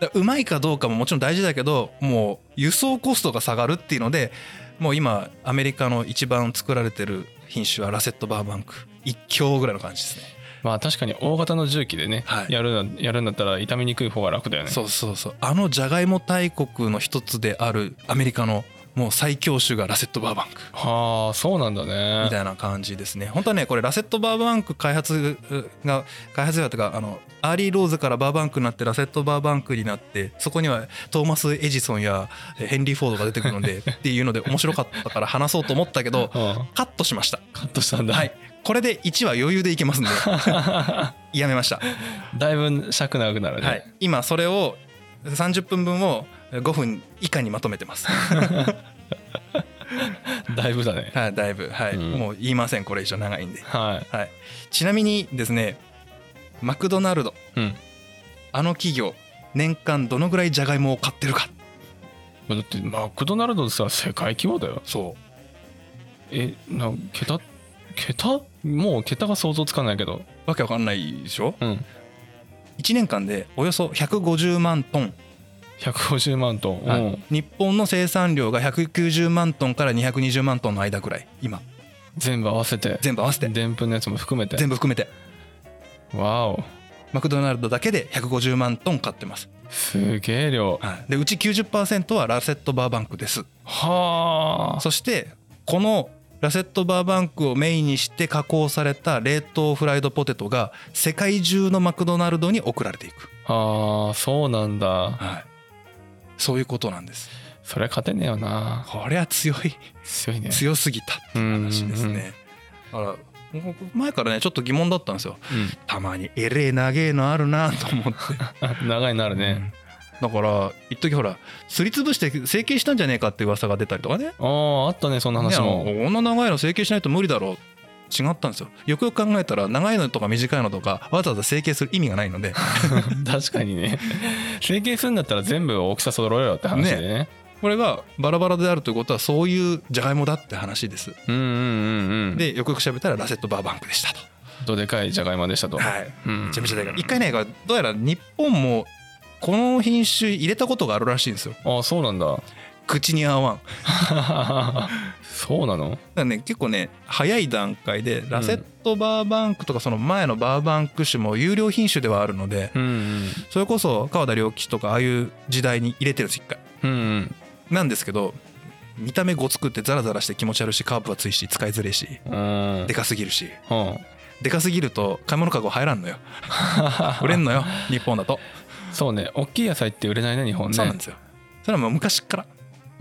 だからうまいかどうかももちろん大事だけどもう輸送コストが下がるっていうのでもう今アメリカの一番作られてる品種はラセットバーバンク一強ぐらいの感じですね
まあ確かに大型の重機でね、
はい
やるなやるんだったら傷みにくい方が楽だよね
そうそうそうあのじゃがいも大国の一つであるアメリカのもう最強種がラセットバーバンク
はあそうなんだ
み
ね
たいな感じですね本当はねこれラセットバーバンク開発が開発がというかあのアーリーローズからバーバンクになってラセットバーバンクになってそこにはトーマス・エジソンやヘンリー・フォードが出てくるのでっていうので面白かったから話そうと思ったけど
うん
カットしました
カットしたんだ、
はいこれで1は余裕でいけ ますんでやめました、
だいぶ尺長くなるね、
はい、今それを30分分を5分以下にまとめてます
だいぶだね
はいだいぶはい、
うん
もう言いませんこれ以上長いんで
は
はい、ちなみにですねマクドナルド
いうん
あの企業年間どのぐらいジャガイモを買ってるか
まあだってマクドナルドさ世界規模だよ
そう
えな桁桁もう桁が想像つかないけど
わけわかんないでしょ
うん
1年間でおよそ150万トン、
150万トン、うん
日本の生産量が190万トンから220万トンの間ぐらい今
全部合わせて
全部合わせて
でんぷんのやつも含めて
全部含めて
わお
マクドナルドだけで150万トン買ってます、
すげえ量
はい、でうち90%はラセットバーバンクです
はあ
そしてこのラセットバーバンクをメインにして加工された冷凍フライドポテトが世界中のマクドナルドに送られていく、
あーそうなんだ
はい、そういうことなんです
それ勝てねえよな
これは強い
強いね
強すぎたっていう話ですねだから僕前からねちょっと疑問だったんですよ
うん
たまにえれえ長えのあるなと思って
あ長いなるね、
うんだから一時ほらすりつぶして整形したんじゃねえかって噂が出たりとかね
あああったねそんな話も、
ねあの女長いの整形しないと無理だろう違ったんですよよくよく考えたら長いのとか短いのとかわざわざ整形する意味がな いので
確かに ね整形するんだったら全部大きさ揃えろって話でね
これがバラバラであるということはそういうじゃがいもだって話です
うんうんうんうん
でよくよく調べたらラセット・バーバンクでしたと
どでかいじゃがいもでしたと、
はい
うん
めちゃめちゃでかい一回ねどうやら日本もこの品種入れたことがあるらしいんですよ
ああそうなんだ
口に合わんだか
そうなの
らね結構ね早い段階でラセット・バーバンクとかその前のバーバンク種も有料品種ではあるので
うんうん
それこそ川田良吉とかああいう時代に入れてるんです一回
うんうん
なんですけど見た目ごつくってザラザラして気持ち悪いしカーブはついし使いづれえし
うん
でかすぎるし
うん
でかすぎると買い物カゴ入らんのよ売れん のよ日本だと、
そうね大きい野菜って売れないね日本
そうなん
ね
ですよそれはもう昔から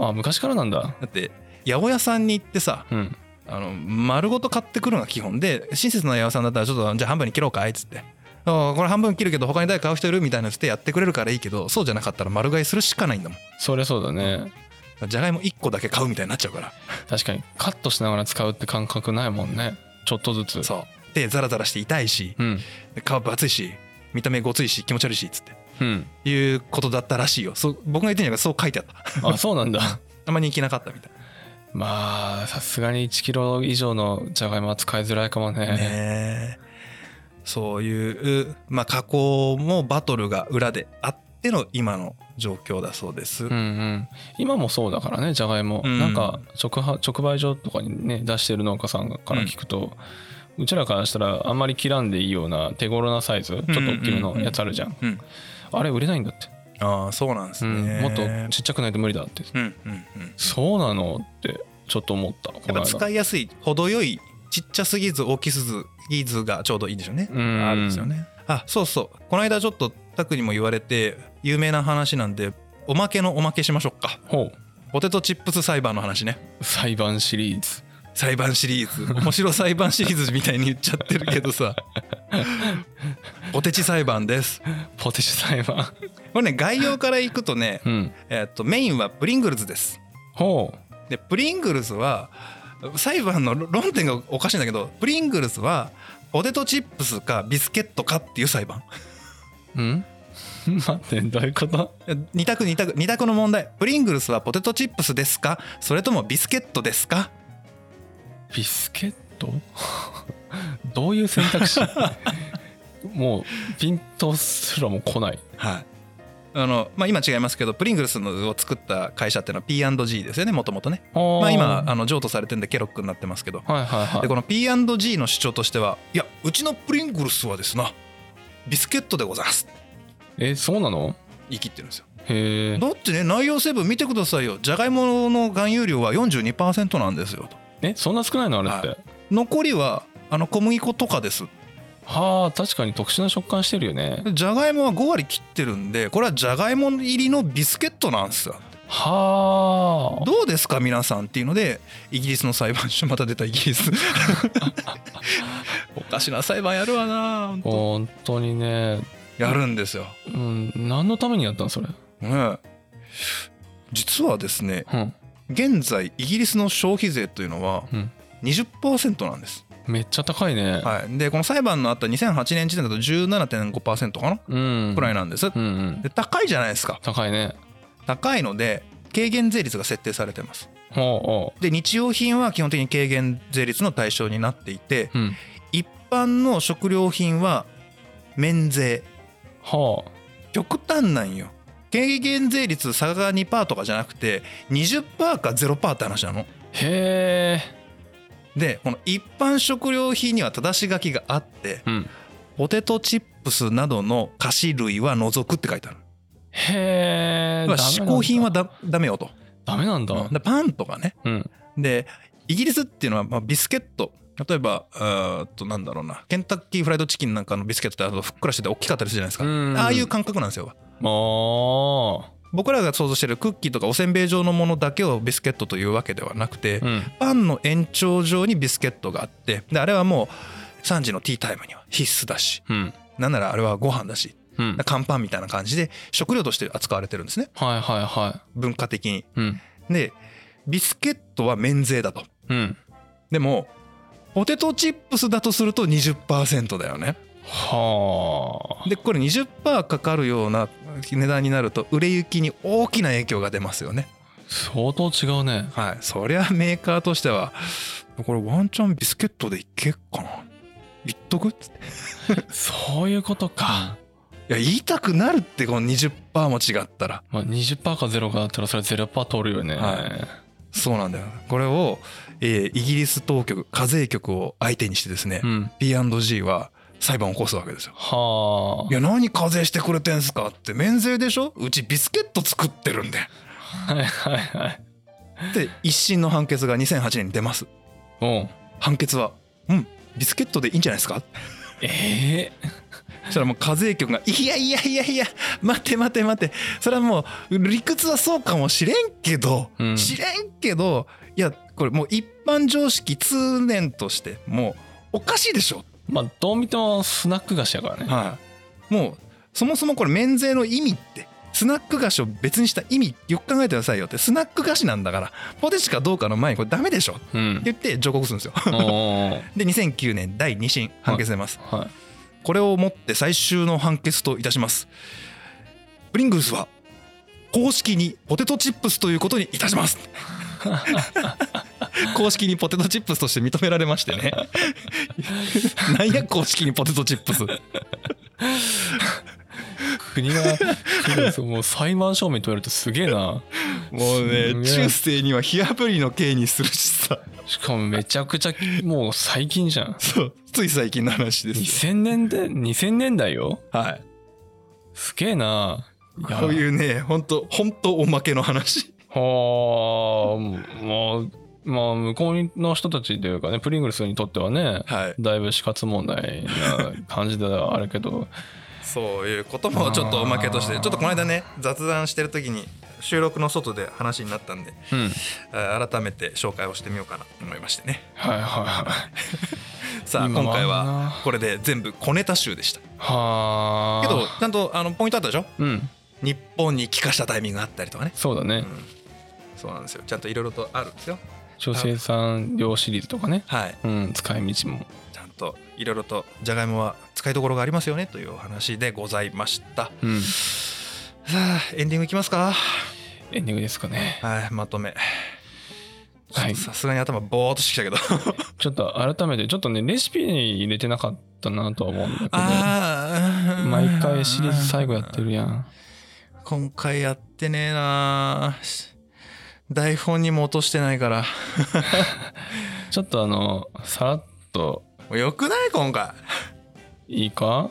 あ昔からなんだ
だって八百屋さんに行ってさ
うん
あの丸ごと買ってくるのが基本で親切な八百屋さんだったらちょっとじゃあ半分に切ろうかいっつってああこれ半分切るけど他に誰か買う人いるみたいなつってやってくれるからいいけどそうじゃなかったら丸買いするしかないんだもん
そりゃそうだね
じゃがいも1個だけ買うみたいになっちゃうから
確かにカットしながら使うって感覚ないもんねちょっとずつ
そうでザラザラして痛いし
うん
皮分厚いし見た目ごついし気持ち悪いしっつって
うん
いうことだったらしいよそう僕が言ってんじゃなくてそう書いてあった
あそうなんだ
あんま人気なかったみたい
まあさすがに1キロ以上のじゃがいもは使いづらいかもね
なねえそういう、まあ、加工もバトルが裏であっての今の状況だそうです、
うんうん、今もそうだからねじゃがいも、
うん
なんか直販直売所とかにね出してる農家さんから聞くと、うちらからしたらあんまり切らんでいいような手頃なサイズちょっと大きめのやつあるじゃん,、
うん、
あれ売れないんだって、
ああそうなんです
う
ね、
ん、もっとちっちゃくないと無理だって
うんうんうん
そうなのってちょっと思ったこ
やっ
の
ぱ
間
使いやすい程よいちっちゃすぎず大きすぎずがちょうどいいんでしょうね、
うん
あるんですよねあそうそうこの間ちょっとタクにも言われて有名な話なんでおまけのおまけしましょうか
ほ
ポテトチップス裁判の話ね
う裁判シリーズ
裁判シ リーズ面白裁判シリーズみたいに言っちゃってるけどさポテチ裁判です
ポテチ裁判
これね概要からいくとね、
うん
えっとメインはプリングルズです
ほ
でプリングルズは裁判の論点がおかしいんだけどプリングルズはポテトチップスかビスケットかっていう裁判
ううん 待ってどういうこと
2択2択2択の問題プリングルスはポテトチップスですかそれともビスケットですか
ビスケット どういう選択肢 もうピンとすらも来ない
はいあのまあ、今違いますけどプリングルスのを作った会社っていうのは P&G ですよねもともとね、ま
ま
あ、今あの譲渡されてんでケロックになってますけど
はいはいは
で
い
この P&G の主張としてはいやうちのプリングルスはですなビスケットでございます
えそうなの
言い切ってるんですよ
へえ
だってね内容成分見てくださいよじゃがいもの含有量は42%なんですよと
えそんな少ないのあれって
残りはあの小麦粉とかです
はあ確かに特殊な食感してるよね
じゃがいもは5割切ってるんでこれはじゃがいも入りのビスケットなんですよ
はあ
どうですか皆さんっていうのでイギリスの裁判所また出たイギリスおかしな裁判やるわな本当
本当にね、
やるんですよ、
うん、何のためにやったのそれ、
ねえ、実はですね
うん
現在イギリスの消費税というのは
うん、
20%なんです
めっちゃ高いね、
はい、でこの裁判のあった2008年時点だと17.5%かな
うん
くらいなんです、
うんうん
で高いじゃないですか
高いね
高いので軽減税率が設定されてます
ほうほ
で日用品は基本的に軽減税率の対象になっていて
ううん
一般の食料品は免税
はあ
極端なんよ軽減税率差が2%とかじゃなくて20%か0%って話なの
へ
でこの一般食料品には正し書きがあって
えうん
ポテトチップスなどの菓子類は除くって書いてある
へえ。
まあ
ダメなんだ
嗜好品はだダメよと、
ダメなんだ。
でパンとかね
うん。
でイギリスっていうのはまあビスケット例えばえーっとなんだろうなケンタッキーフライドチキンなんかのビスケットってあのふっくらしてて大きかったりするじゃないですか、
うん
ああいう感覚なんですよ
あ
僕らが想像してるクッキーとかおせんべい状のものだけをビスケットというわけではなくて、
あ。うん。
パンの延長上にビスケットがあってであれはもう3時のティータイムには必須だし
うん。
なんならあれはご飯だし
うん
だから乾パンみたいな感じで食料として扱われてるんですね
はいはいは
文化的に。
いうん
でビスケットは免税だと。
うん
でもポテトチップスだとすると20%だよね。
はあ
でこれ20%かかるような値段になると売れ行きに大きな影響が出ますよね。
相当違う ね
はい、そりゃメーカーとしてはこれワンチャンビスケットでいけっかな言っとくっつってい
そういうことか、
や言いたくなるってこの20%も違ったら
まあ、20%か0かだったらそれ0%通るよね、
はそうなんだよこれを、えーイギリス当局課税局を相手にしてですね、
うん
P&G は裁判を起こすわけですよ。
はい
や何課税してくれてんすかって免税でしょうちビスケット作ってるんで
あはいはいはい
で一審の判決が2008年に出ます
おう
判決はうんビスケットでいいんじゃないですか
ええ
そしたらもう課税局が「いやいやいやいや待て待て待てそれはもう理屈はそうかもしれんけど、
うん
知れんけどいやこれもう一般常識通念としてもうおかしいでしょ」
まあどう見てもスナック菓子やからね
はい、もうそもそもこれ免税の意味ってスナック菓子を別にした意味よく考えてくださいよってスナック菓子なんだからポテチかどうかの前にこれダメでしょって
うん
言って上告するんですよ
おうおうおう
で2009年第2審判決出ます、
はい
これをもって最終の判決といたしますプリングルスは公式にポテトチップスということにいたします 公式にポテトチップスとして認められましてね なんや公式にポテトチップス
国が国がもう裁判証明と言われてすげえな
もうね
すげえ
中世には火あぶりの刑にするしさ
しかもめちゃくちゃもう最近じゃん
そうつい最近の話です
2000年代2000年代よ
はい
すげえなや
こういうね本当本当おまけの話
はあもうまあ向こうの人たちというかねプリングルスにとってはね
はい
だいぶ死活問題な感じではあるけど
そういうこともちょっとおまけとしてちょっとこの間ね雑談してる時に収録の外で話になったんで
うん
あ改めて紹介をしてみようかなと思いましてね
はいはいはい
さあ
今
今回
は
は
な
これで全部小ネタ集でしたけ
はあ
どちゃんとあのポイントあったでしょ
うん
日本に帰化したタイミングがあったりとかね
そうだね
そうなんですよちゃんといろいろとあるんですよ
女性産量シリーズとかね
はい
うん使い道も
ちゃんといろいろとじゃがいもは使いどころがありますよねというお話でございました
うん
さあエンディングいきますか
エンディングですかね
はいまとめ
はい
さすがに頭ボーっとしてき たけど
ちょっと改めてちょっとねレシピに入れてなかったなとは思うんだけど
あー
毎回シリーズ最後やってるやん
今回やってねえな台本にも落としてないから
ちょっとあのさらっと
もうよくない今回
いいか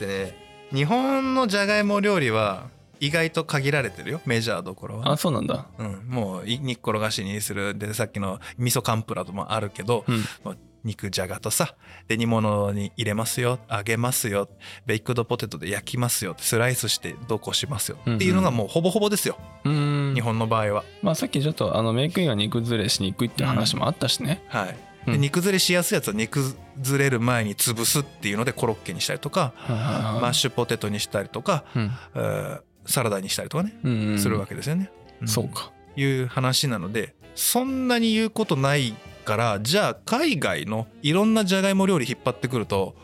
でね日本のじゃがいも料理は意外と限られてるよメジャーどころは
あそうなんだ
うん、もうい煮っころがしにするでさっきの味噌カンプラともあるけど、
うん
もう肉じゃがとさで煮物に入れますよ揚げますよベイクドポテトで焼きますよスライスしてどうこうしますよ、
うんうん
っていうのがもうほぼほぼですよ、
うーん
日本の場合は
まあさっきちょっとあのメイクインは肉ずれしにくいっていう話もあったしね
はい、
う
で
ん
煮崩れしやすいやつは煮崩れる前に潰すっていうのでコロッケにしたりとか、
はいはい
マ
は
ッ
い
シュポテトにしたりとか、
うん
えーサラダにしたりとかね、
うんうん
するわけですよね、ん
そうか
いう話なのでそんなに言うことないからじゃあ海外のいろんなじゃがいも料理引っ張ってくると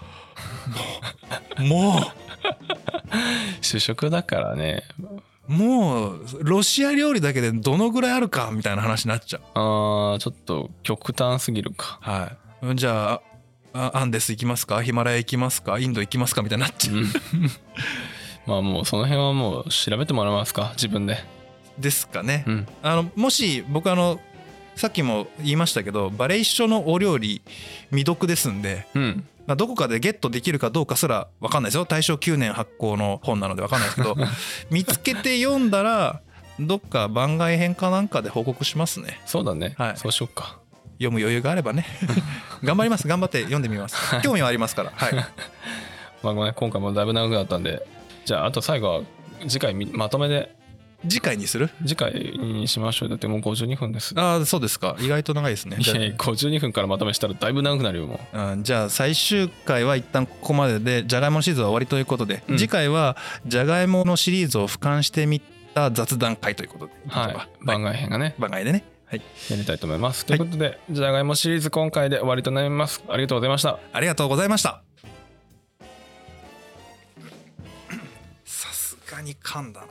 も
主食だからね
うもうもうロシア料理だけでどのぐらいあるかみたいな話になっちゃう。
あーちょっと極端すぎるか
はい、じゃああアンデス行きますかヒマラヤ行きますかインド行きますかみたいになっちゃう。
まあもうその辺はもう調べてもらえますか自分で
ですかね。
うん
あのもし僕あのさっきも言いましたけどバレ一緒のお料理未読ですんで。
うん
まあ、どこかでゲットできるかどうかすら分かんないですよ大正9年発行の本なので分かんないで すけど見つけて読んだらどっか番外編かなんかで報告しますね
そうだね、
はい
そうしよっか
読む余裕があればね 頑張ります頑張って読んでみます興味はありますからはい
まあごめん今回もだいぶ長くなったんでじゃああと最後は次回みまとめで
次回にする
次回にしましょうだってもう52分です
ああそうですか意外と長いですね
い
じゃあ
やいや52分からまとめしたらだいぶ長くなるよも
うん、じゃあ最終回は一旦ここまででじゃがいもシリーズは終わりということで、
うん
次回はじゃがいものシリーズを俯瞰してみた雑談会ということで、
う、
いきま
は
しょ
い、
うか
番外編がね
番外でね、はい、
やりたいと思います、
はい
ということでじゃがいもシリーズ今回で終わりとなりますありがとうございました
ありがとうございましたさすがに噛んだな。